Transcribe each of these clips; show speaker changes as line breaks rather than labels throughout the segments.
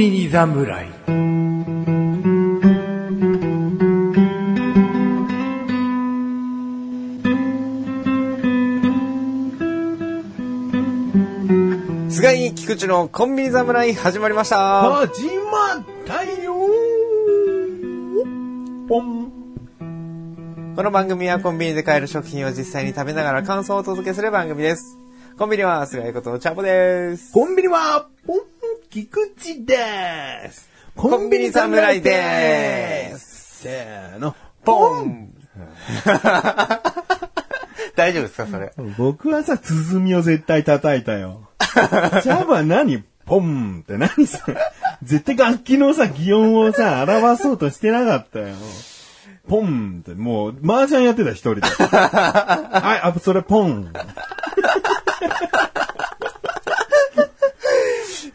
侍
菅井菊池のコンビニ侍始まりました。
始まったよポン
この番組はコンビニで買える食品を実際に食べながら感想をお届けする番組です。コンビニは菅井ことチャボです。
コンビニはポン菊池ですコ
ンビニ侍です
せーの
ポン大丈夫ですかそれ。
僕はさ、鼓を絶対叩いたよ。ジャブは何ポンって何さ、絶対楽器のさ、擬音をさ、表そうとしてなかったよ。ポンって、もう、麻雀やってた一 人で。はい、あ、それポン。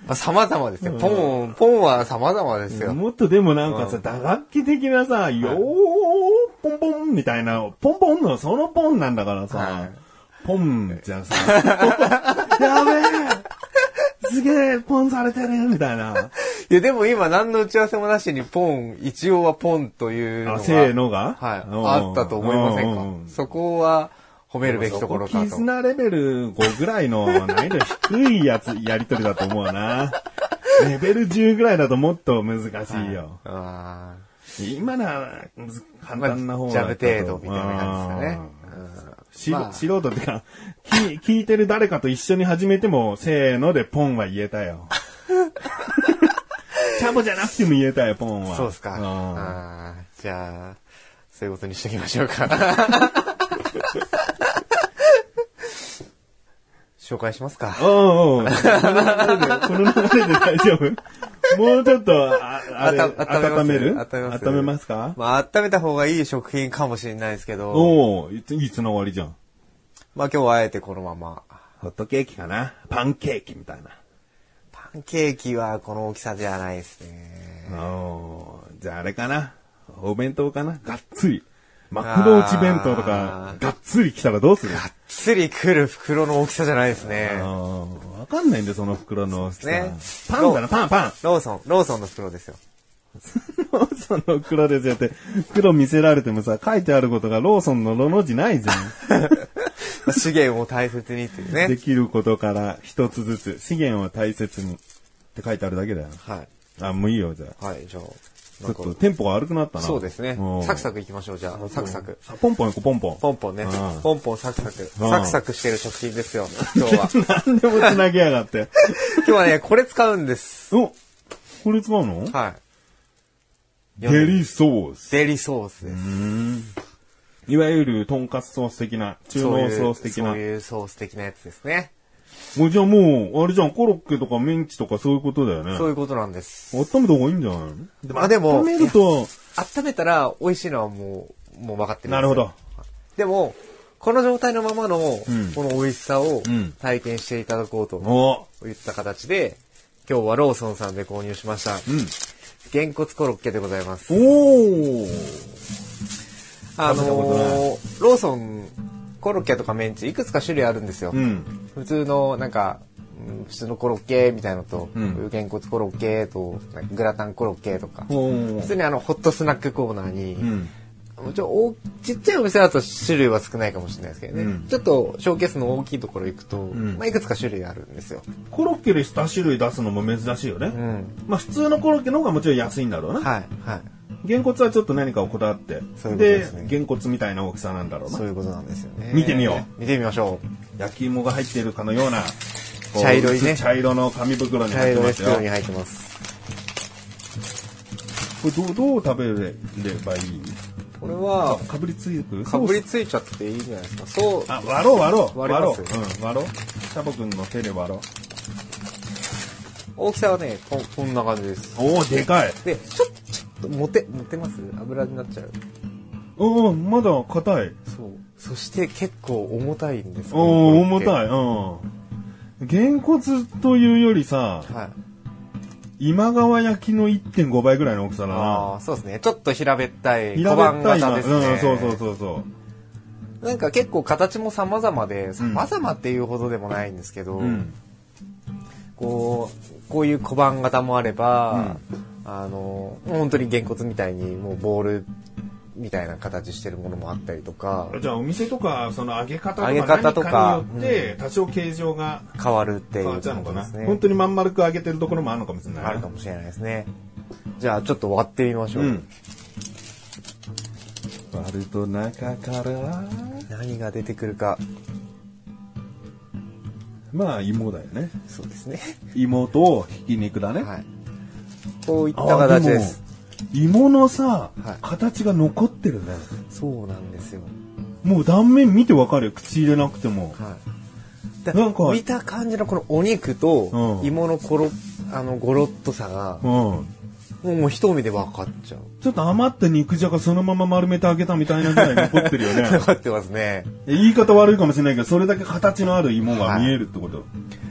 まあ、様々ですよ。ポン、ポンは様々ですよ。
もっとでもなんかさ、打楽器的なさ、よー、ポンポンみたいな、ポンポンのそのポンなんだからさ、
はい
ポンじゃさ、 やべえすげえ、ポンされてるみたい な。
いや、でも今何の打ち合わせもなしにポン、一応はポンというの
あ、
が。
せーのが
はい。あったと思いませ
うんうん
ん
うん
かそこは褒めるべきところ
そ
か
キ
と
ズ。ナレベル5ぐらいの難易度低いやつ、やりとりだと思う な。レベル10ぐらいだともっと難しいよ。
あ
今なら、むず
ー
簡
まあ
単な方
ジャ
だ
ブ
ったと
程度みたいな感じですかね。うん
し、
まあ
素人ってか、聞、聞いてる誰かと一緒に始めても、せーのでポンは言えた よ。チャボじゃなくても言えたよ、ポンは。
そうですか。
うん
あーじゃあ、そういうことにしときましょう か。紹介しますか。
おうおうこの流れで大丈夫 もうちょっと、ああれ、温める
温めます
温めますか
まあ、温めた方がいい食品かもしれないですけど、
おおいついいつの終わりじゃん。
まあ今日はあえてこのまま。
ホットケーキかなパンケーキみたいな。
パンケーキはこの大きさじゃないですね。
おーじゃああれかなお弁当かながっつり。マクローチ弁当と
あ
か、
ー
がっつり来たらどうする
つり来る袋の大きさじゃないです
あ
ね。
ーわかんないんだよ、その袋の大きさ。
ね
パンだな、パン、パン。
ローソン、ローソンの袋ですよ。
ローソンの袋ですよって、袋見せられてもさ、書いてあることがローソンのロの字ないじゃ。
まあ資源を大切にっていうん
で
ね。
きることから一つずつ、資源を大切にって書いてあるだけだよ。
は
あ、もういいよ、じゃあ。
い。はい、じゃあ。
ちょっとテンポが悪くなったな。
そうですね
うん。
サクサクいきましょう、じゃあ。サクサク。
ポンポン行こう、ポンポ ン。
ポンポンね
うん。
ポンポンサクサク。
うん
サクサクしてる食品ですよ、今 日は。
何でも繋げやがって。
今日はね、これ使うんです。
おこれ使うの
はい。
デリソース。
デリソースです。
いわゆる、とんかつソース的な、中
そうい
濃
う
ソース的な
そう。いうソース的なやつですね。
もうじゃあもう、あれじゃん、コロッケとかメンチとかそういうことだよね。
そういうことなんです。
温めた方がいいんじゃない
まあでも、
温めると、
温めたら美味しいのはもう、もう分かってるんで
な
すよ
るほど。
でも、この状態のままの、
ん
この美味しさを
うん
体験していただこうと
お
言った形で、今日はローソンさんで購入しました。
うん。
げんこつコロッケでございます。
おー食べたことない
あのーローソン、コロッケとかメンチ、いくつか種類あるんですよ。
うん。
普通の、なんか、うん普通のコロッケみたいのと、
ん
げんこつコロッケと、なんかグラタンコロッケとか、
お
普
ー
通にあの、ホットスナックコーナーに、
うん。
もちろん大ちっちゃいお店だと種類は少ないかもしれないですけどね、
うん
ちょっとショーケースの大きいところ行くと、
ん
まあ、いくつか種類あるんですよ。
コロッケで2種類出すのも珍しいよね。
うん。
まあ普通のコロッケの方がもちろん安いんだろうな。
はい、はい。
げんこつはちょっと何かをこだわって
そうい。うことで
です
ね、
げんこつみたいな大きさなんだろうな
そう。いうことなんですよね。
見てみよ
う。見てみましょう。
焼き芋が入っているかのような、こう
茶色いね
茶色の紙袋に
茶
入って
色
ま
い
す
袋に
よ。
入ってます。
これどう、どう食べればいい
これは、
かぶりつく
かぶりついちゃっていいんじゃないですか。そう、
あ、割ろう割ろう。
割り
割ろ
ま
う。
す
うん、割ろう。チャボくんの手で割ろう。
大きさはね、こんこんな感じです。
おおでかい。
で、ちょちょっと、持て、持てます油になっちゃう。
うんうん、まだ硬い。
そう。そして結構重たいんです
おお重
い。
たい。うん。げんこつというよりさ、
はい。
今川焼きの1.5倍ぐらいの大きさだ
あ
な。
あ、そうですね。ちょっと平べったい
平
小
べ
判
ったいな。
型
う
ですね。
ん、そうそうそうそ
なんか結構形も様々で、様々っていうほどでもないんですけど、
う。うん。
こう、こういう小判型もあれば、あの、本当にげんこつみたいに、もうボールみたいな形してるものもあったりとか、
じゃあお店とか、その揚げ方とか
揚げ方と
何
か
かによって、多少形状が
変わるってい
変わ
う
っちゃうのかな。
感じですね。
本当にまん丸く揚げてるところもあるのかもしれないな。
あるかもしれないですね。じゃあ、ちょっと割ってみましょう。
うん。割ると中から、
何が出てくるか。
まあ芋だよね。
そうで すね。
芋とひき肉だね。
はい。こういった形です。
あ。でも芋のさ、
はい
形が残ってるね。
そうなんですよ。
もう断面見てわかるよ。口入れなくても。
はい。だ
なんか
見た感じのこのお肉
う
と
ん
芋のころ、あの、ごろっとさが、
うん。
もうもう一目で分かっちゃう。
ちょっと余った肉じゃがそのまま丸めてあげたみたいなぐらい残って るよね
分。かってますね。
言い方悪いかもしれないけど、それだけ形のある芋が見えるってこと。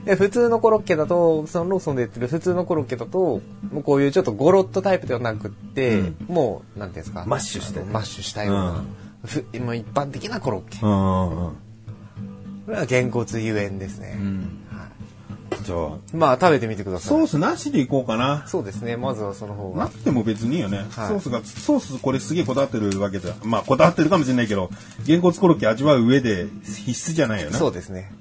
で普通のコロッケだと、そのローソンで売ってる普通のコロッケだと、もうこういうちょっとゴロッとタイプではなくって、
うん
もう、なんていうんですか。
マッシュしてね
あのマッシュしたような。ふもう一般的なコロッケ。こ
うんうん
れはげんこつゆえんですね。
うん。
は
じゃあ、
い、まあ食べてみてください。
ソースなしでいこうかな。
そうですね。まずはその方
な
が。
くても別にいいよね、
はい
ソースが、ソースこれすげえこだわってるわけじゃ、まあこだわってるかもしれないけど、げんこつコロッケ味わう上で必須じゃないよね。
そうですね。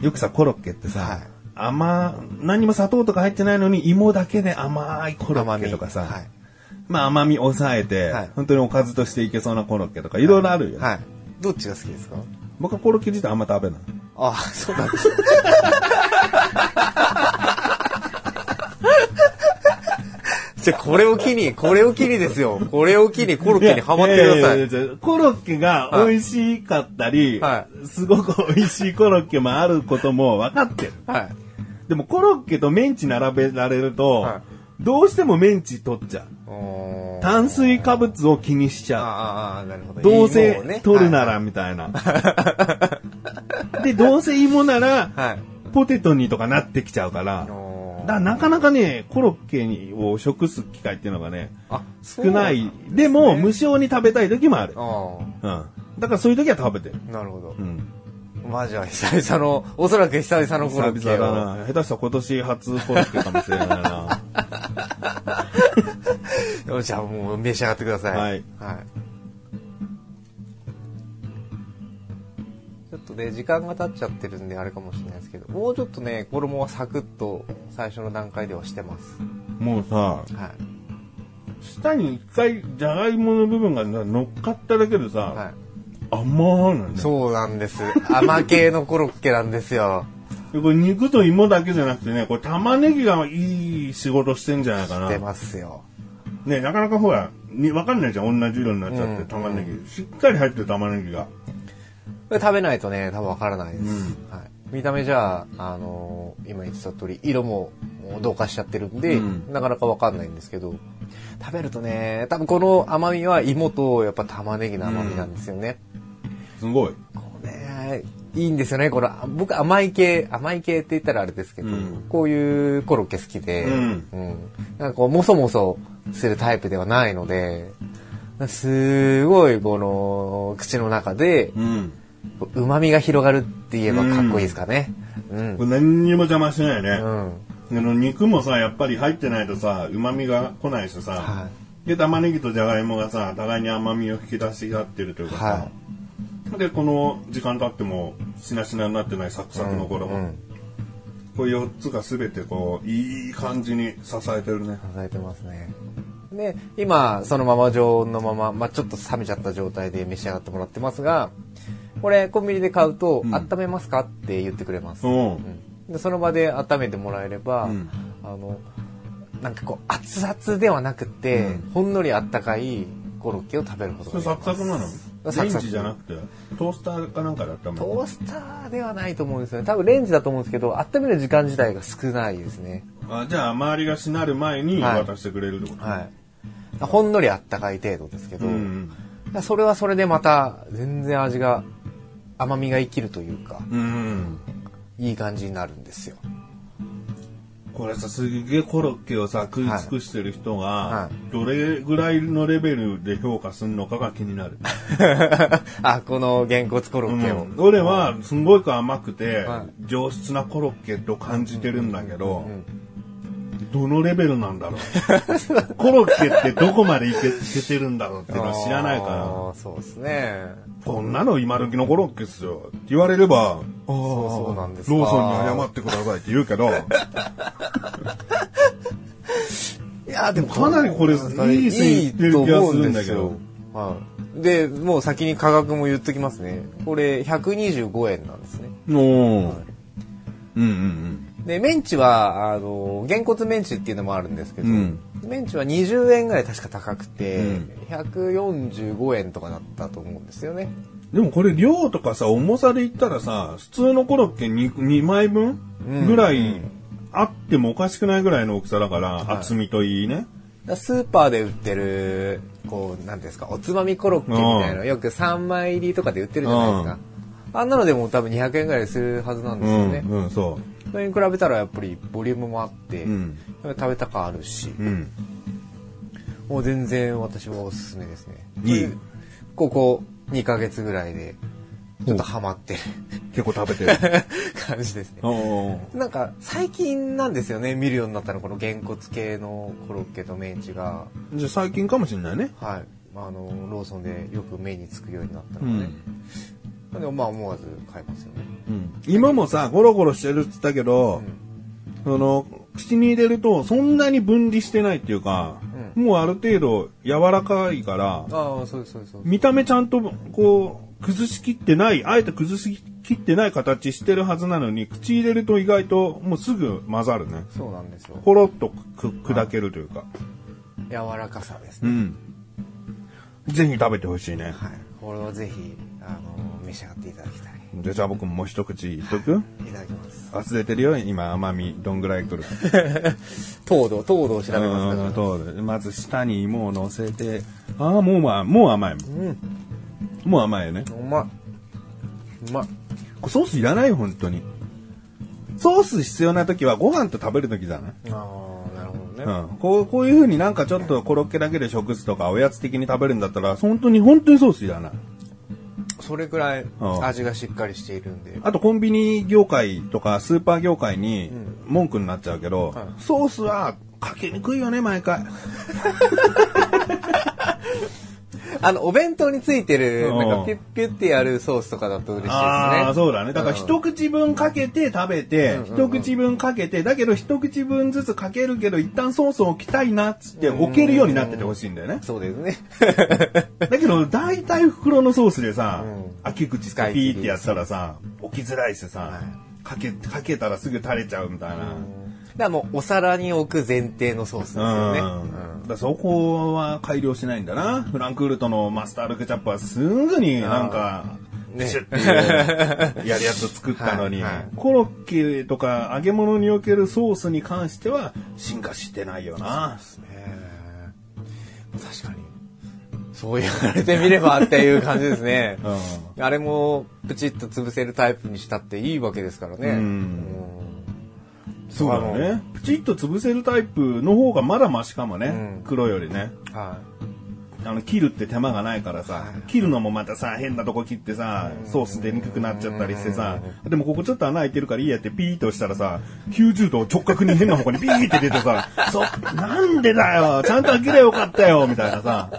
よくさ、コロッケってさ、
はい
甘、何も砂糖とか入ってないのに芋だけで甘いコロ
甘
ッケ
み
とかさ、
はい。
まあ甘み抑えて、
はい
本当におかずとしていけそうなコロッケとか、いろいろあるよ、
はい。どっちが好きですか
僕はコロッケ自体あんま食べない。
ああ、そうなんです。 じゃあ、これを機に、これを機にですよ。これを機にコロッケにハマってくださ
や
い。
ややややコロッケが美味しかったり、
は
すごく美味しいコロッケもあることも分かってる。
は
でもコロッケとメンチ並べられると、
は
どうしてもメンチ取っちゃう。
い。おー
炭水化物を気にしち
あ
ゃ
あああ、なるほど。
う。どう
いいものを
せ
ね
取るな
は
らみたいな。で、どうせ芋なら、
い。はい。
ポテトにとかなってきちゃうから、
お
だから
ー
なかなかね、コロッケにを食す機会っていうのがね、
あ、
少ない。でも、無償に食べたい時もある。
あ
うん。だからそういう時は食べてる。
あ、なるほど
う。ん。
まあじゃあ、久々の、おそらく久々のコロッ
久
ケ
々
を。
だな。下手したら今年初コロッケかもしれないな。
よしじゃあ、もう召し上がってください。
はい。
ちょっとね、時間が経っちゃってるんであれかもしれないですけど、もうちょっとね、衣はサクッと最初の段階ではしてます。
もうさ、
はい。
下に一回じゃがいもの部分が乗っかっただけでさ、
は
甘いのね
い。そうなんです。甘系のコロッケなんですよ。
でこれ肉と芋だけじゃなくてねこれ玉ねぎがいい仕事してんじゃないかな
出ますよ。
ねなかなかほらに分かんないじゃん同じ色になっちゃって、
うん
玉ねぎしっかり入ってる玉ねぎが
これ食べないとね、多分わからないです。
うん
はい。見た目じゃ、あのー今言ってた通り、色ももう同化しちゃってるんで、
うん
なかなかわかんないんですけど、食べるとね、多分この甘みは芋とやっぱ玉ねぎの甘みなんですよね。
すごい
これねいいんですよね。これ、僕甘い系、甘い系って言ったらあれですけど、
うん
こういうコロッケ好きで、
うん
うんなんかこう、もそもそするタイプではないので、すごい、この、口の中で、
うん
うまみが広がるって言えばかっこいいですかね。うん。
これ何にも邪魔しない
うん。
ね、あの肉もさやっぱり入ってないとさうまみが来ないしさ、
は
で玉ねぎとじゃがいもがさ互いに甘みを引き出し合ってるというかさ、
は
でこの時間経ってもしなしなになってないサクサクの衣、
うん。
これ4つが全てこういい感じに支えてるね
支えてますね。で、今、そのまま常温のまま、まあ、ちょっと冷めちゃった状態で召し上がってもらってますが、これ、コンビニで買うと、
うん
温めますかって言ってくれます。
うん
うんでその場で温めてもらえれば、
うん
あの、なんかこう、熱々ではなくて、
うん
ほんのりあったかいコロッケを食べること
そ
が
れ
できま
サクサ
す。
クなの
サクサク
レンジじゃなくてトースターかなんかだったもん
トースターではないと思うんですよね。多分レンジだと思うんですけど、温める時間自体が少ないですね。
あじゃあ周りがしなる前に
はい
渡してくれるってこと、
はい。ほんのりあったかい程度ですけど、
うん
それはそれでまた全然味が、甘みが生きるというか、
うん
いい感じになるんですよ。
これさ、すげえコロッケをさ、食い尽くしてる人が、
は
どれぐらいのレベルで評価するのかが気になる。
あ、このげんこつコロッケ
う
を。
ん俺は、すごく甘くて、
は
上質なコロッケと感じてるんだけど、どのレベルなんだろう。 コロッケってどこまでいけいけてるんだろうっていうのは知らないから、
あーそうですね。
こんなの今時のコロッケっすよって言われれば、ああ、
そうそうなんですか
ローソンに謝ってくださいって言うけど、
いや、でも
かなりこれいい線いってる気がするんだけど
いいと思うんですよ。はい。で、もう先に価格も言っときますね。これ、125円なんですね。
おーうんうんうん。
で、メンチは、あの、げんこつメンチっていうのもあるんですけど、
うん
メンチは20円ぐらい確か高くて、
うん
145円とかだったと思うんですよね。
でもこれ量とかさ、重さで言ったらさ、普通のコロッケ 2, 2枚分ぐらいあってもおかしくないぐらいの大きさだから、厚みといいね。
だからスーパーで売ってる、こう、なんていうんですか、おつまみコロッケみたいな、よく3枚入りとかで売ってるじゃないですか。あんなのでも多分200円ぐらいするはずなんで
う
すよ
ん、
ね。
うん、そ
それに比べたらやっぱりボリュームもあって、
ん
食べた感あるし、
う。うん。
もう全然私はおすすめですね。
いい
これここ2ヶ月ぐらいで、ちょっとハマってる
結構食べ てる。
感じですね。
おー
なんか最近なんですよね、見るようになったの、このげんこつ系のコロッケとメンチが、
じゃあ最近かもしんないね。
はい。あの、ローソンでよく目につくようになったので、なんで、まあ思わず買いますよね。
うん今もさ、ゴロゴロしてるっつったけど、その、口に入れるとそんなに分離してないっていうか、もうある程度柔らかいから、
ああ、そうです、そうです、そうです。
見た目ちゃんと、こう、崩しきってない、あえて崩しきってない形してるはずなのに、口入れると意外ともうすぐ混ざるね。
そうなんですよ。
ほろっとく砕けるというか。
柔らかさですね。
うん。ぜひ食べてほしいね。
はい。これをぜひ、あの、召し上がっていただきたい。
でじゃあ僕もう一口いっとく
いただきま す。
忘れてるよ、今甘み、どんぐらいくるか。
糖度、糖度を調べます
う
か
んそうですまず下に芋を乗せて、ああ、もうまあ、もう甘い。
ん
もう甘いよね。
ら。うまい。うまい。
これソースいらないよ、本当に。ソース必要な時はご飯と食べる時だな。
ああ、なるほどね。
うん、こうこういう風になんかちょっとコロッケだけで食すとかおやつ的に食べるんだったら本当に本当にソースいらない
それくらい
うん
味がしっかりしているんで。
あとコンビニ業界とかスーパー業界に文句になっちゃうけど、
は
ソースはかけにくいよね毎回
あの、お弁当についてる、
うん
なんかピュッピュッてやるソースとかだと嬉しいですね。
ああーそうだねだから
うん
一口分かけて食べて、一口分かけてだけど一口分ずつかけるけど一旦ソースを置きたいなっつって置けるようになっててほしいんだよね
そうですね。
だけど大体袋のソースでさ、
うん
開け口使いピーってやったらさ置きづらいしさ、かけかけたらすぐ垂れちゃうみたいな。
だからもうお皿に置く前提のソースですよね。うん
だからそこは改良しないんだな。フランクフルトのマスタードケチャップはすぐになんか、
ーね
シュッていうやるやつ作ったのに、
はいはい
コロッケとか揚げ物におけるソースに関しては進化してないよな。
えー確かに。そう言われてみればっていう感じで すね。あれもプチッと潰せるタイプにしたっていいわけですからね。うん
そうだね。プチッと潰せるタイプの方がまだマシかもね。
うん
黒よりね。
あのはい。
あの、切るって手間がないからさ、切るのもまたさ、変なとこ切ってさ、ソース出にくくなっちゃったりしてさ、でもここちょっと穴開いてるからいいやってピーッと押したらさ、90度直角に変な方向にピーって出てさ、そ、なんでだよちゃんと開けりゃよかったよみたいなさ、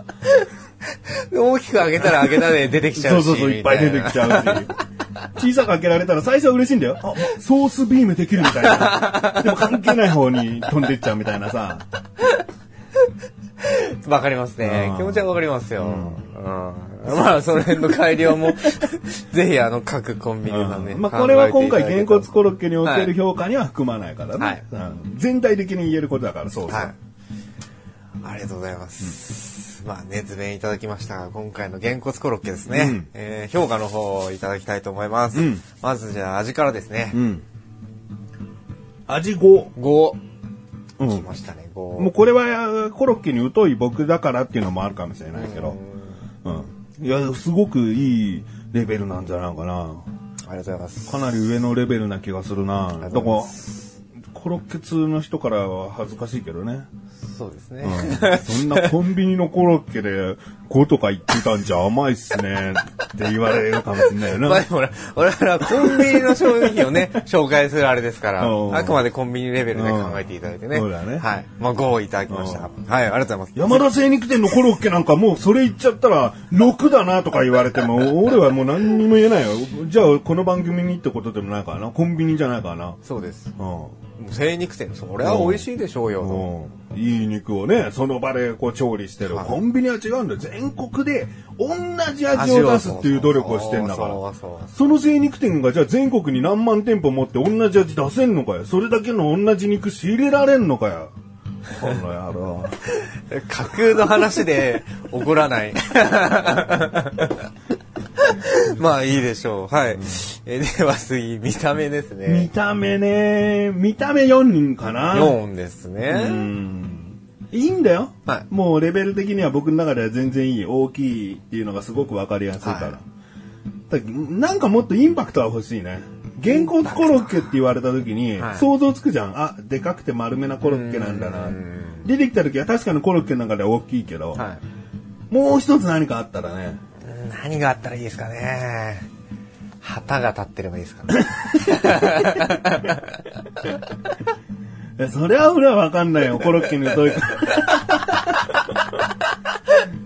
大きく上げたら上げたで出てきちゃ
そうう
し。
そうそう、いっぱい出てきち
ゃ
ゃうし。小さく開けられたら最初は嬉しいんだよ。あ、ソースビームできるみたいな。でも関係ない方に飛んでっちゃうみたいなさ。
う。わかりますね
うん。
気持ちはわかりますよ。うんまあ、その辺の改良も、 ぜひ、あの、各コンビニのね。
まあ、これは今回、
考えて
げん
いた
こ
だけ
つ
た
コロッケにおける評価には含まないからね。
はい
うん全体的に言えることだから、そうそう。
はい。ありがとうございます。まあね、図面いただきましたが、今回のげんこつコロッケですね。
うん
えー評価の方をいただきたいと思います。
うん
まずじゃあ味からですね
う。ん。味5。
5。
うん
きましたね、5。
もうこれはコロッケに疎い僕だからっていうのもあるかもしれないけど。うん。いや、すごくいいレベルなんじゃないかな。
ありがとうございます。
かなり上のレベルな気がするな。だ
がと
か
うござい
ら
ま、
コロッケ通の人からは恥ずかしいけどね。
そうですね。
うん、そんなコンビニのコロッケで5とか言ってたんじゃ甘いっすねって言われるかもしれない よな。
まあでも俺俺らコンビニの商品 をね、紹介するあれですから
う、ん
あくまでコンビニレベルで考えていただいてね。
うんそうだね
はい。まあ5をいただきました。はい、ありがとうございます。
山田精肉店のコロッケなんかもうそれ言っちゃったら6だなとか言われても、俺はもう何にも言えないよ。じゃあこの番組にってことでもないからな。コンビニじゃないからな。
そうです。
うん。
もう精肉店、それは美味しいでしょうよ。
うんいい肉をね、その場でこう調理してる。
はい
コンビニは違うんだよ。全国で同じ味を出すっていう努力をしてんだか
そう
ら。
そうそう
その精肉店がじゃあ全国に何万店舗持って同じ味出せんのかよ。それだけの同じ肉仕入れられんのかよ。この野郎。
え架空の話で怒 らない。まあいいでしょう。はい。えでは次、見た目です
見
ね。
た目ね、見た目4人かな。
4です
う
ね。
んいいんだよ、
はい
もうレベル的には僕の中では全然いい。大きいっていうのがすごくわかりやすいから。
は
だからなんかもっとインパクトは欲しいね。原稿コロッケって言われた時に
はい
想像つくじゃん。あ、でかくて丸めなコロッケなんだな。出てきた時は確かにコロッケの中では大きいけど、
はい。
もう一つ何かあったらね。
何があったらいいですかね。旗が立ってればいいですかね。
えそれは俺はわかんないよ、コロッケにどういう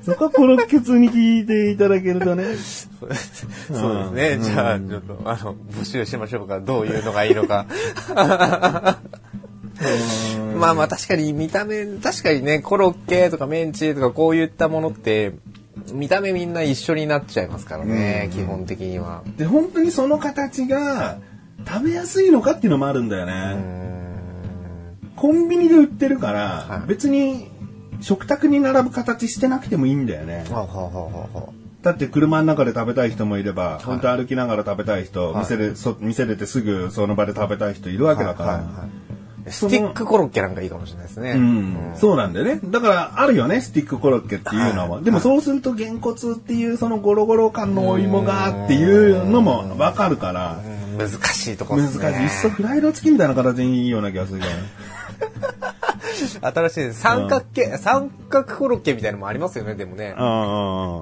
そこはコロッケ通に聞いていただけるとね。
そうですね。じゃあ、ちょっと、あの、募集しましょうか。どういうのがいいのか。まあまあ確かに見た目、確かにね、コロッケとかメンチとかこういったものって、見た目みんな一緒になっちゃいますからね、基本的には。
で本当にその形が食べやすいのかっていうのもあるんだよね、コンビニで売ってるから、
はい
別に食卓に並ぶ形してなくてもいいんだよね
はははは
だって車の中で食べたい人もいれば、
い
本当歩きながら食べたい人、
はい
店でそ店出てすぐその場で食べたい人いるわけだから、
はい。スティックコロッケなんかいいかもしれないですね。
うん、そうなんだよね。だから、あるよね、スティックコロッケっていうのは。でも、そうすると、げんこつっていう、そのゴロゴロ感のお芋がっていうのもわかるから、
うん難しいところ
難
で
し
す
い
ね。。
いっそフライドチキンみたいな形にいいような気がするけどね。
新しいです三角形、三角コロッケみたいなのもありますよね、でもね。
ああ。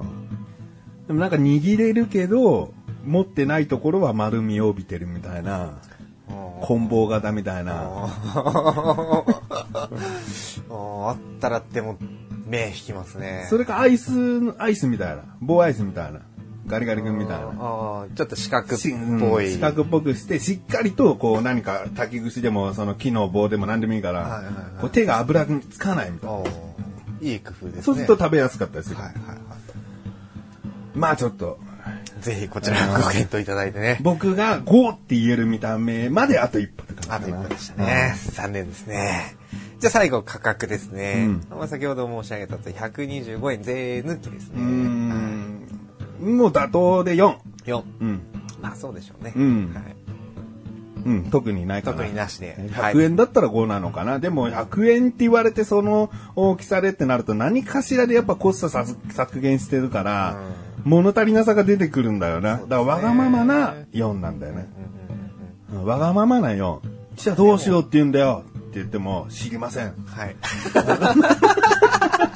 でもなんか握れるけど、持ってないところは丸みを帯びてるみたいな、棍棒型みたいな。
あったらっても目引きますね。
それかアイス、アイスみたいな。棒アイスみたいな。ガリガリ君みたいな。
あーちょっと四角っ
しうん
ぽい。
四角っぽくして、しっかりと、こう何か竹串でも、その木の棒でも何でもいいか
はいはい
ら
は、い
こう手が油につかないみたいな。
おーいい工夫ですね。
そうすると食べやすかったりする。
はいはいは
まあちょっと、
い。ぜひこちらご検討いただいてね。
僕が5って言える見た目まであと一歩って感じ
あと一歩でしたね。残念ですね。じゃあ最後価格ですね。まあ先ほど申し上げたと125円税抜きです
うー
ね。
んもう妥当で4。
4。
うん。
まあそうでしょうね。
うん
はい
うん、特にないかな。
特になしで。はい
100円だったら5なのかな、でも100円って言われてその大きさでってなると何かしらでやっぱコストさず削減してるから、物足りなさが出てくるんだよな。だからわがままな4なんだよね。うんわがままな4。じゃあどうしようって言うんだよって言っても知りません。
はい。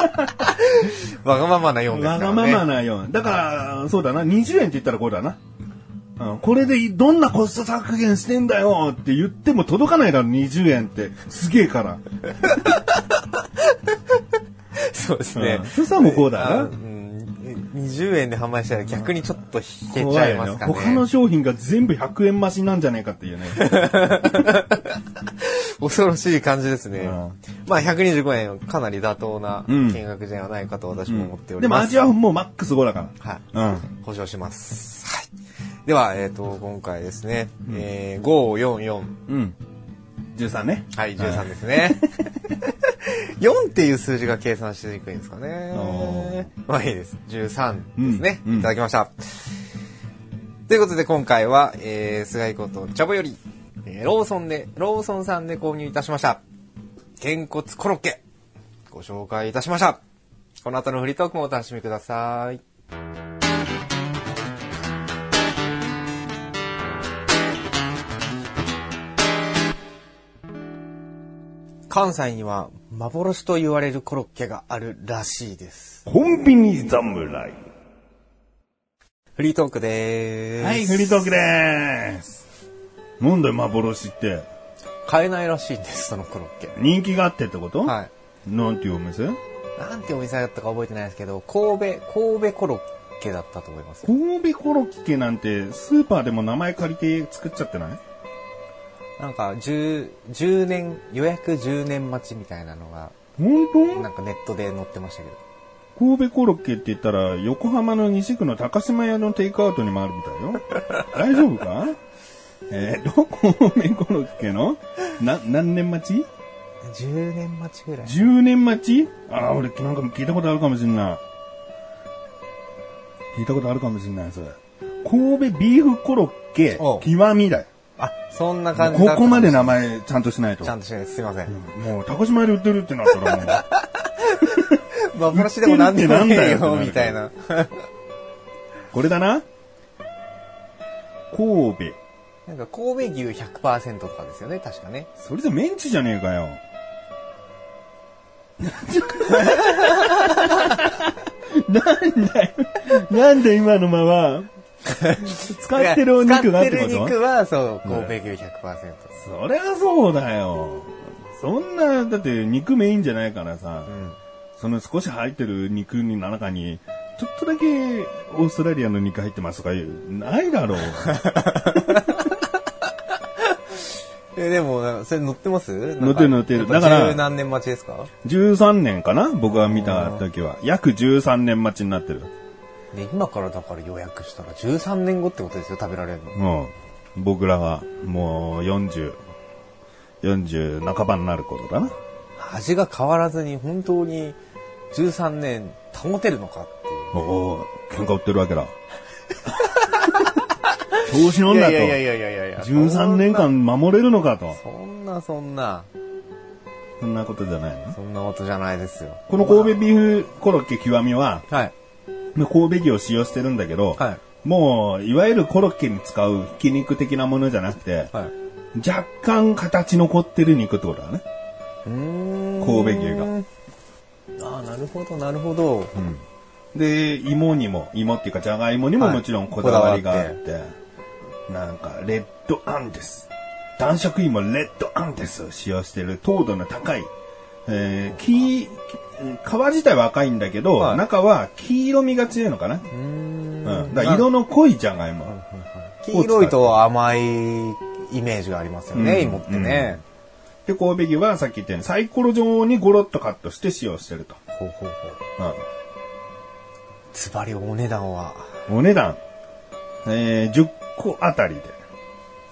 わがままな4ですから
わ
ね。
がままな4。だから、そうだな、20円って言ったらこうだな。うん、これでどんなコスト削減してんだよって言っても届かないだろ、20円って。すげえから。
そうですね
うん。そしたらもうこうだな
あうん20円で販売したら逆にちょっと引けち
怖
ゃ
い
い
よ
ま
ね
すかね。
他の商品が全部100円増しなんじゃねえかっていうね。
恐ろしい感じですね。
うん
まあ125円はかなり妥当な金額じゃないかと私も思っており
でも
ます。
味はもうマックス5だか
はい。
ら。うん。
保証します。はい。では、えっ、と、今回ですね、えー、544、
うん。13ね。
はい、13です ね。4っていう数字が計算しにくいんですかね。まあいいです。13ですね。
うんうん
いただきました。ということで今回は、えー、菅井ことチャボより、えーローソンで、ローソンさんで購入いたしました。げんこつコロッケ、ご紹介いたしました。この後のフリートークもお楽しみください。関西には幻と言われるコロッケがあるらしいです。
コンビニ侍。
フリートークでーす。
はい、フリートークでーす。なんだよ、幻って。
買えないらしいんです、そのコロッケ。
人気があってってこと
はい。
なんていうお店
なんてお店だったか覚えてないですけど、神戸、神戸コロッケだったと思います。
神戸コロッケなんて、スーパーでも名前借りて作っちゃってない
なんか10、10年、予約10年待ちみたいなのが、
本
なんかネットで載ってましたけど。
当神戸コロッケって言ったら、横浜の西区の高島屋のテイクアウトにもあるみたいよ。大丈夫かえー、どこ神戸コロッケのな、何年待ち
10年待ちぐらい。
10年待ちああ、俺なんか聞いたことあるかもしんない。聞いたことあるかもしんない、それ。神戸ビーフコロッケ、
おう
極みだよ。
あ、そんな感じ
こ
だった
こまで名前ちゃんとしないと
ち。ゃんとしないです。すいません。
も う、高島屋で売ってるってなったらもう、
幻でもなんでもねえよ、みたいな。
これだな。神戸。
なんか神戸牛100%とかですよね、確かね。
それじゃメンチじゃねえかよ。なんだよ。なんで今のまま、使ってるお肉がってこと
使ってる肉は、そう、神戸牛100%。
そりゃそうだよ。そんな、だって肉メインじゃないからさ、
うん。
その少し入ってる肉の中に、ちょっとだけオーストラリアの肉入ってますとかいう、ないだ ろう。
え、でも、なんかそれ乗ってます
乗ってる乗ってる
だ
だ
か
から
ら。十何年待ちですか
13年かな僕が見た時は。約13年待ちになってる。
ね、今からだから予約したら13年後ってことですよ、食べられるの。
うん。僕らは、もう40、40半ばになることだな。
味が変わらずに本当に13年保てるのかって
お
いう。
お喧嘩売ってるわ けだ。調子乗んだと。
やいやいやいや
13年。間守れるのかと。
そんなそんな、
そんなことじゃないの
そんなことじゃないですよ。
この神戸ビーフコロッケ極みは、
はい。
神戸牛を使用してるんだけど、
はい。
もう、いわゆるコロッケに使うひき肉的なものじゃなくて、
はい。
若干形残ってる肉ってことだね。
うーん
神戸牛が。
ああ、なるほど、なるほど。
で、芋にも、芋っていうか、じゃがいもにも
はい
もちろんこだわりがあっ
こ
て、なんか、レッドアンです。男色芋レッドアンですを使用している糖度の高い、えー、黄、皮自体は赤いんだけど、
はい
中は黄色みが強いのかな。
うーん
うん。だから色の濃いじゃがいも。
黄色いと甘いイメージがありますよね、
うん
芋ってね。
で、神戸牛はさっき言ったようにサイコロ状にゴロッとカットして使用してると。
ほうほうほう。
うん。
ズバリお値段は。
お値段、えー、10個あたりで、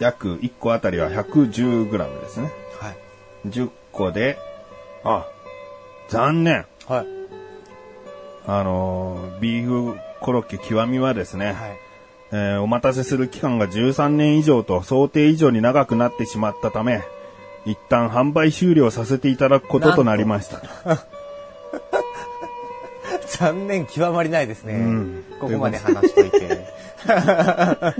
約1個あたりは 110g ですね。
はい。
10個で、あ、残念。
はい。
あのービーフコロッケ極みはですね、
はい。
えーお待たせする期間が13年以上と想定以上に長くなってしまったため、一旦販売終了させていただくこととなりました。
残念極まりないですね。
ん
ここまで話しとい て。確か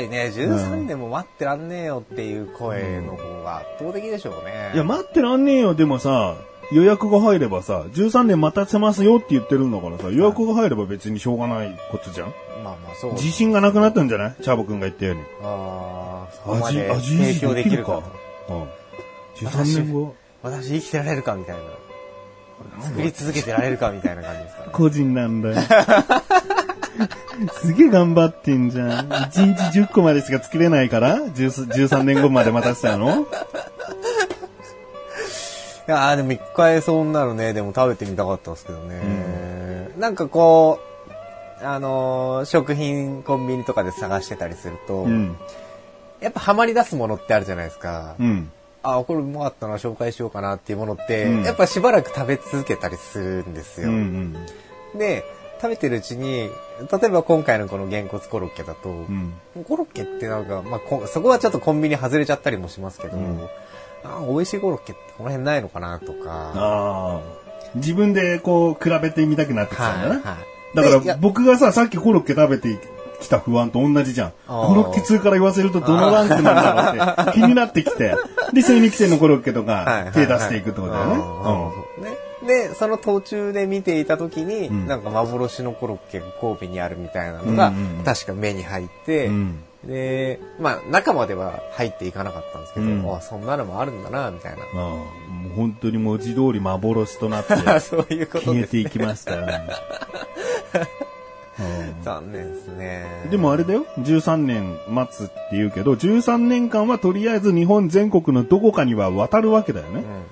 にね、13年も待ってらんねえよっていう声の方が圧倒的でしょうね。
いや、待ってらんねえよ、でもさ、予約が入ればさ、13年待たせますよって言ってるんだからさ、予約が入れば別にしょうがないことじゃん
まあまあそう。
自信がなくなったんじゃないチャボくんが言ったように。
ああ、そこま
味、
で
味
提
維
供
持で
でき
き
る
る
か
か。。うん。13年後。
私生きてられるかみたいな。作り続けてられるかみたいな感じですかね。
個人なんだよ。すげえ頑張ってんじゃん。1日10個までしか作れないから、10 13年後まで待たせたの
いやーでも一回そんなのね、でも食べてみたかったんですけどね。なんかこう、あのー食品コンビニとかで探してたりすると、
うん。
やっぱハマり出すものってあるじゃないですか。
うん。
あ、これうまかったな、紹介しようかなっていうものって、
うん
やっぱしばらく食べ続けたりするんです
うん
よ。
うん。
で、食べてるうちに、例えば今回のこのげんこつコロッケだと、
うん。
コロッケってなんか、まあこ、そこはちょっとコンビニ外れちゃったりもしますけど、
うん
あ美味しいコロッケってこの辺ないのかなとか。
ああ。自分でこう、比べてみたくなってきたんだな。
はい。
だ
い
か
や
ら僕がさ、さっきコロッケ食べて来た不安と同じじゃん。コロッケ2から言わせるとどのランクなんだろうっ て気になってきて、で、精肉店のコロッケとか手出していくってことだよね。
うんねで、その途中で見ていた時に、なんか幻のコロッケが神戸にあるみたいなのが、
うんうん
確か目に入って、
うん
で、まあ中までは入っていかなかったんですけど、
うん
あそんなのもあるんだな、みたいな。
うん。もう本当に文字通り幻となって
そういうこと
消え
です、
て
ね。
いきましたよね。うん
残念ですね。
でもあれだよ、13年待つって言うけど、13年間はとりあえず日本全国のどこかには渡るわけだよね。
うん、うん、うん。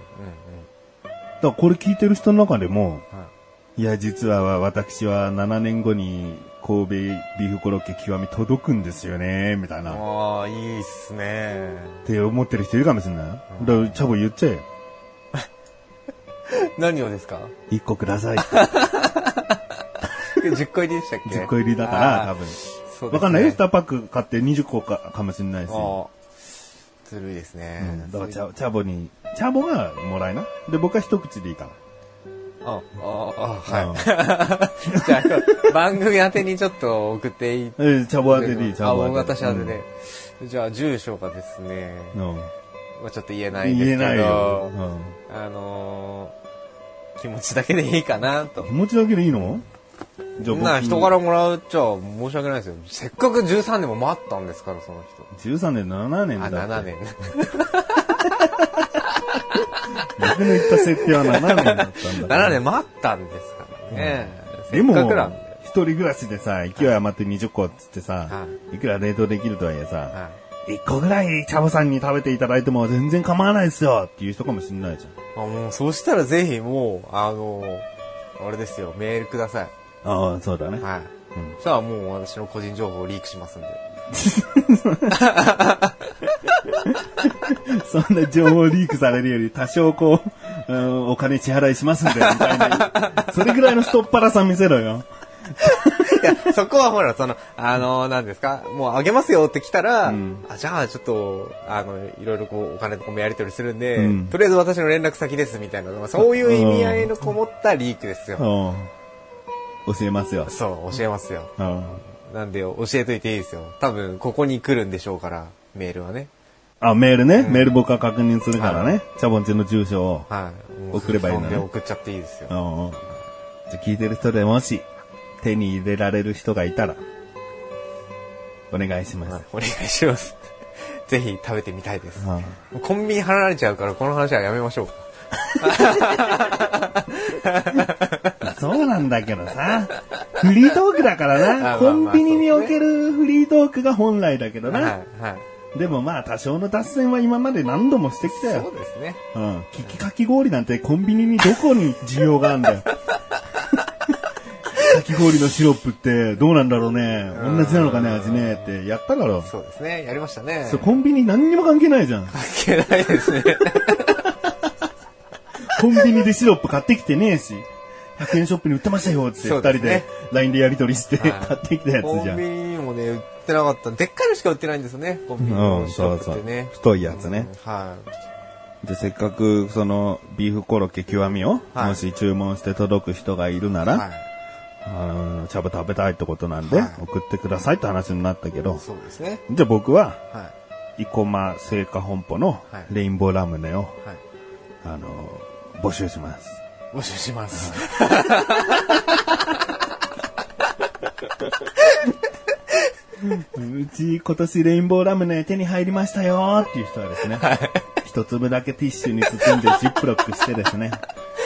だからこれ聞いてる人の中でも、
はい
や、実は私は7年後に神戸ビーフコロッケ極み届くんですよね、みたいな。っ
ああ、いいっすね。
て思ってる人いるかもしれないよ。だから、チャボ言っちゃえよ。
何 をですか
1個ください。
10個入りでしたっけ
10個入りだから、
あ
多
ー
分。
そうですね
わかんないよ。2パック買って20個かかもしれないし。う
あーずるいですね。
ん、だからチャ、チャボに、チャボがもらいな。で、僕は一口でいいから。
あ、あ、あ、はい。 じゃあ、番組宛てにちょっと送っていい
えーチャボ当 てでいい、チャ
あ、
ボ
大
当て。
型車でね。じゃあ、住所がですね、
うん。うん
まあちょっと言えないんです
言
け
えな
ど、
いよ。うん
あのー気持ちだけでいいかなと
気。持ちだけでいいのじ
そんな
僕
人からもらうっちゃ申し訳ないですよ。せっかく13年も待ったんですから、その人。
13年7年だ
あ、
って
7年。
僕の言った設定は7年だったんだから
7年待ったんですからね。
で
せっかくなん
も
で。、
一人暮らしでさ、勢い余って20個っつってさ
は、
いくら冷凍できるとはいえさ、
はい
1個ぐらいチャボさんに食べていただいても全然構わないですよっていう人かもしんないじ
あもう、そうしたらぜひもう、あのーあれですよ、メールください。
ゃん。ああ、そうだね。
はい。
うん
そしたらもう私の個人情報をリークしますんで。
そんな情報リークされるより多少こう、うんお金支払いしますんで、みたいな。それぐらいの太っ腹さ見せろよ。
いや、そこはほら、その、あの、なんですか、もうあげますよって来たら、
うん
あじゃあちょっと、あの、いろいろこう、お金とかもやり取りするんで、
うん
とりあえず私の連絡先ですみたいな、まあそういう意味合いのこもったリークです
うん
よ。
教えますよ。
そう、教えますよ。
うん
なんで、教えといていいですよ。多分、ここに来るんでしょうから、メールはね。
あ、メールね。メール僕は確認するからね。チャボンちの住所を。
はい。もう
送ればいいのね
そんで送っちゃっていいですよ
う。んうん。じゃあ聞いてる人でもし、手に入れられる人がいたら、お願いしま
はい
す。
お願いします。 ぜひ食べてみたいです。
は
コンビニ離れちゃうから、この話はやめましょう。
いそうなんだけどさ、フリートークだから
あまあま
な。
あ
コンビニにおけるフリートークが本来だけど
はい、
な。
はい。
でもまあ、多少の脱線は今まで何度もしてきた
そう
よ。
ですね。
うん。ききかき氷なんてコンビニにどこに需要があるん だよ。かき氷のシロップってどうなんだろうね。同じなのかね、味ね。ってやったから。
そうですね。やりましたね。
そう、コンビニ何にも関係ないじゃん。
関係ないですね。
コンビニでシロップ買ってきてねえし、100円ショップに売ってましたよって二
そうで
人
す
で
ね
LINE でやり取りして
はい
買ってきたや
コ
つ
ン
じゃ
ビ
ん。
ニにもね、売ってなかった。でっかいのしか売ってないんですよね。コンビニ
う
の
ん、
シ
そ
ョッ
う
プ
そ
っ
う
てね。。
太いやつね。
はい。
で、せっかく、その、ビーフコロッケ極みを、
はい
もし注文して届く人がいるなら、
はい。
あの、チャブ食べたいってことなんで
はい、
送ってくださいって話になったけど、
そうですね。
じゃあ僕は、
は
生
い。
駒製菓本舗の
はい
レインボーラムネを、
はい。
あの、募集します。
募集します。
うち今年レインボーラムネ手に入りましたよーっていう人はですね、一粒だけティッシュに包んでジップロックしてですね、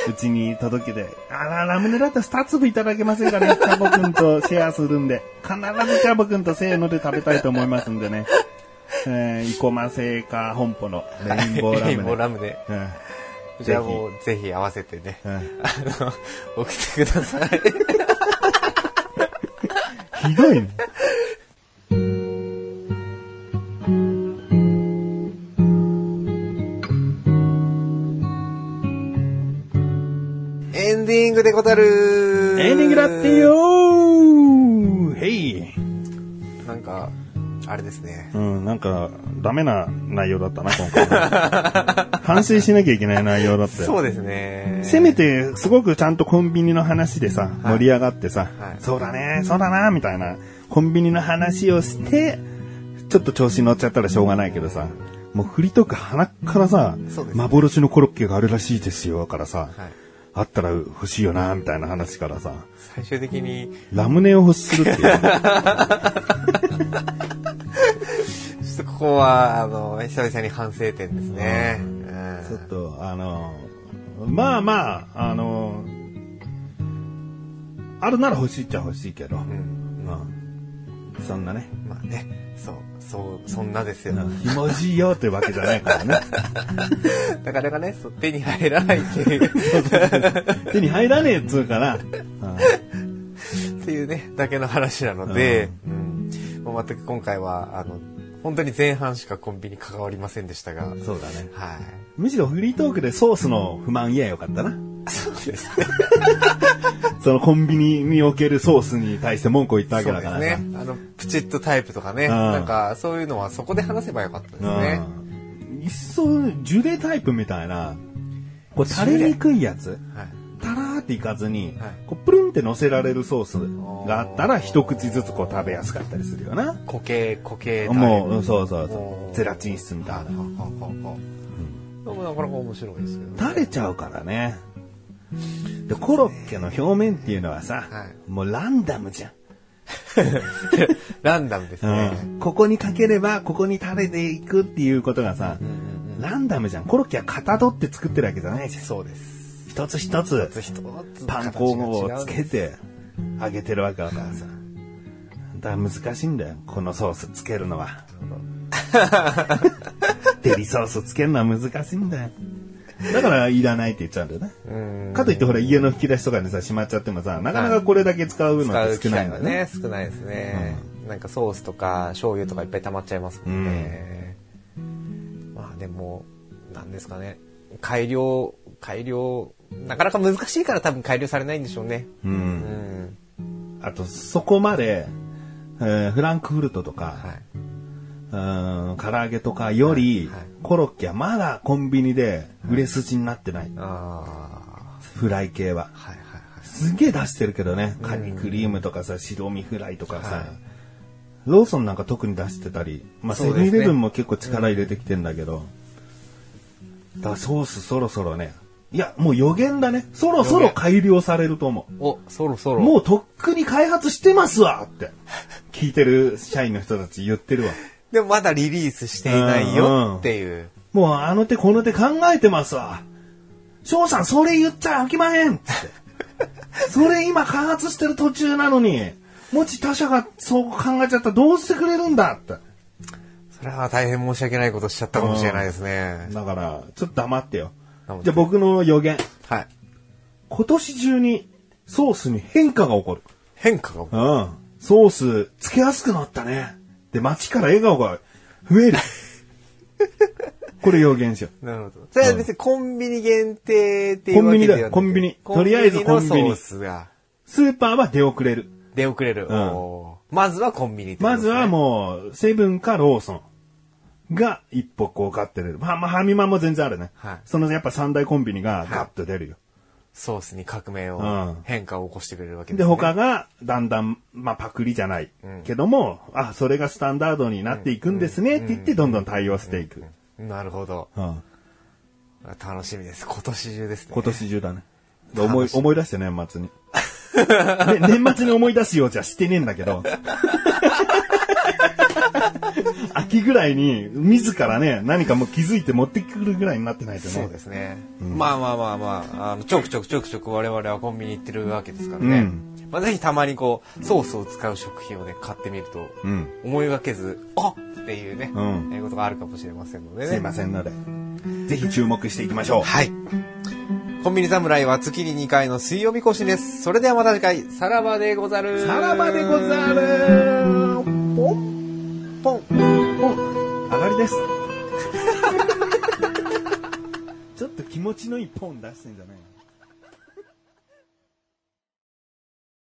うちに届けて、あら、ラムネだったら二粒いただけませんかね、チャボくんとシェアするんで、必ずチャボくんとせーので食べたいと思いますんでね、えー、生駒製菓本舗のレインボーラムネ。
レイン ボーラムネ。
うん
じ
ぜ
ゃあもう、ぜひ合わせてね。
ひ、うん
あの、 送ってください。
ひどいね。
エンディングでござる
エンディングだってよーへい
なんか、あれですね。
うん、なんか、ダメな内容だったな、今回 は。反省しなきゃいけない内容だったよ。
そうですね。
せめて、すごくちゃんとコンビニの話でさ、盛り上がってさ、
はい
そうだね、そうだな、みたいなコンビニの話をして、ちょっと調子に乗っちゃったらしょうがないけどさ、もうフリートーク鼻からさ、
そうです
幻のコロッケがあるらしいですよ、からさ、
はい
あったら欲しいよな、みたいな話からさ、
最終的に、
ラムネを欲するっていう。
ちょっとここは、あの、久々に反省点ですね。うん
ちょっと、あの、まあまあ、あの、あるなら欲しいっちゃ欲しいけど、
ん
うんそんなね、
まあね、そう、そう、そんなですよ。
ひもじいよってわけじゃないから ね。
なかなかね、そう手に入らないって いう、
手に入らねえっつうから、
っていうね、だけの話なので、うん。もう全く今回は、あの、本当に前半しかコンビニ関わりませんでしたが、
そうだね。
はい。
むしろフリートークでソースの不満言えばよかったな。
そうですね。
そのコンビニにおけるソースに対して文句を言ったわけ
そう
だ
で
か
す
らね
ね。。あの、プチッとタイプとか
う
ね、
ん
なんか、そういうのはそこで話せばよかったですね。
うん。いっそ、ジュレタイプみたいな、こう垂れにくいやつ。
はい。
たらーっていかずに、
はい
こうプルンって乗せられるソースがあったら一口ずつこう食べやすかったりするよな。
固形、固形タイプ。
もう、うんそうそうそ
お
う。
ー
ゼラチン質みた
あ
い
は
な。
はははでもなかなか面白いで すけど、ね。
垂れちゃうからね。で、コロッケの表面っていうのはさ、
はい
もうランダムじゃん。
ランダムですね。
ここにかければ、ここに垂れていくっていうことがさ、ランダムじゃん。コロッケはかたどって作ってるわけじゃないじゃん。
そうです。
一つ一つ、
一つ
パン粉をつけ
て。
て、揚げてるわけだからさ。だから難しいんだよ。このソースつけるの は。デリソースつけるのは難しいんだよ。だから、いらないって言っちゃうんだよね。
うん。
かといってほら、家の引き出しとかにさ、しまっちゃってもさ、なかなかこれだけ使うの
使
っ
う
て少
機
ないん
会
だ
は
よね。
ね、少ないですね。なんかソースとか醤油とかいっぱい溜まっちゃいますもんね。まあでも、なんですかね。改良、改良、なかなか難しいから多分改良されないんでしょうね。
う。
うんん。
あと、そこまで、えーフランクフルトとか、
はい。
うーん、唐揚げとかより、
はいはい
コロッケはまだコンビニで売れ筋になってない。
あ
フライ系は
あ。。はいはいはい。
すげえ出してるけどね。カニクリームとかさ、白身フライとかさ、
はい
ローソンなんか特に出してたり、まあ、セ
そう
ブン
で
イ
すね
レブンも結構力入れてきてんだけど、だからソースそろそろね、いや、もう予言だね。そろそろ改良されると思う。
お、そろそろ。
もうとっくに開発してますわって、聞いてる社員の人たち言ってるわ。
でもまだリリースしていないよっていう。
もうあの手この手考えてますわ。翔さん、それ言っちゃあきまへんっつって。それ今開発してる途中なのに、もし他社がそう考えちゃったらどうしてくれるんだって。
それは大変申し訳ないことしちゃったかもしれないですね。
だから、ちょっと黙ってよ
黙っ。て
じゃあ僕の予言。
はい。
今年中にソースに変化が起こる。
変化が起こ
うん。ソースつけやすくなったね。で、街から笑顔が増 える。これ予言しよう。
る。なるほど。それは別にコンビニ限定ってい
コ
う
ン
わ
ビニ
けで
だ
はな
よ
く
コンビニとりあえずコンビニ
コンビニのソースが
スーパーは出遅れる。
出遅れる。
うん
おーまずはコンビニってこと
ま
です
ず
ね
はもう、セブンかローソンが一歩こうガッて出る。まあまあ、ファミマも全然あるね。
はい
そのやっぱ三大コンビニがガッと出るよ。
ソースに革命
う
を
ん、
変化を起こしてくれるわけで
で、
すね。
他がだんだん、まあパクリじゃない。けども、あ、それがスタンダードになっていくんですねって言ってどんどん対応していく。
なるほど。
うん
楽しみです。今年中ですね。
今。年中だね。思
楽
い、
しみ
思い出して年末に。 ね年末に思い出すようじゃしてねえんだけど。 秋ぐらいに、自らね、何かもう気づいて持ってくるぐらいになってないとね。
そうですね。まあまあまあまあ、あの、ちょくちょくちょくちょく我々はコンビニ行ってるわけですからね。
うん
まあぜひたまにこう、ソースを使う食品をね、買ってみると、
うん
思いがけず、あっていうね、
うん
えーことがあるかもしれませんのでね。
すいませんので、ぜひ注目していきましょう。
はい。コンビニ侍は月に2回の水曜日更新です。それではまた次回、さらばでござる。
さらばでござるポン
ポン。
ポン上がり です。ちょっと気持ちのいいポン出してんじゃないの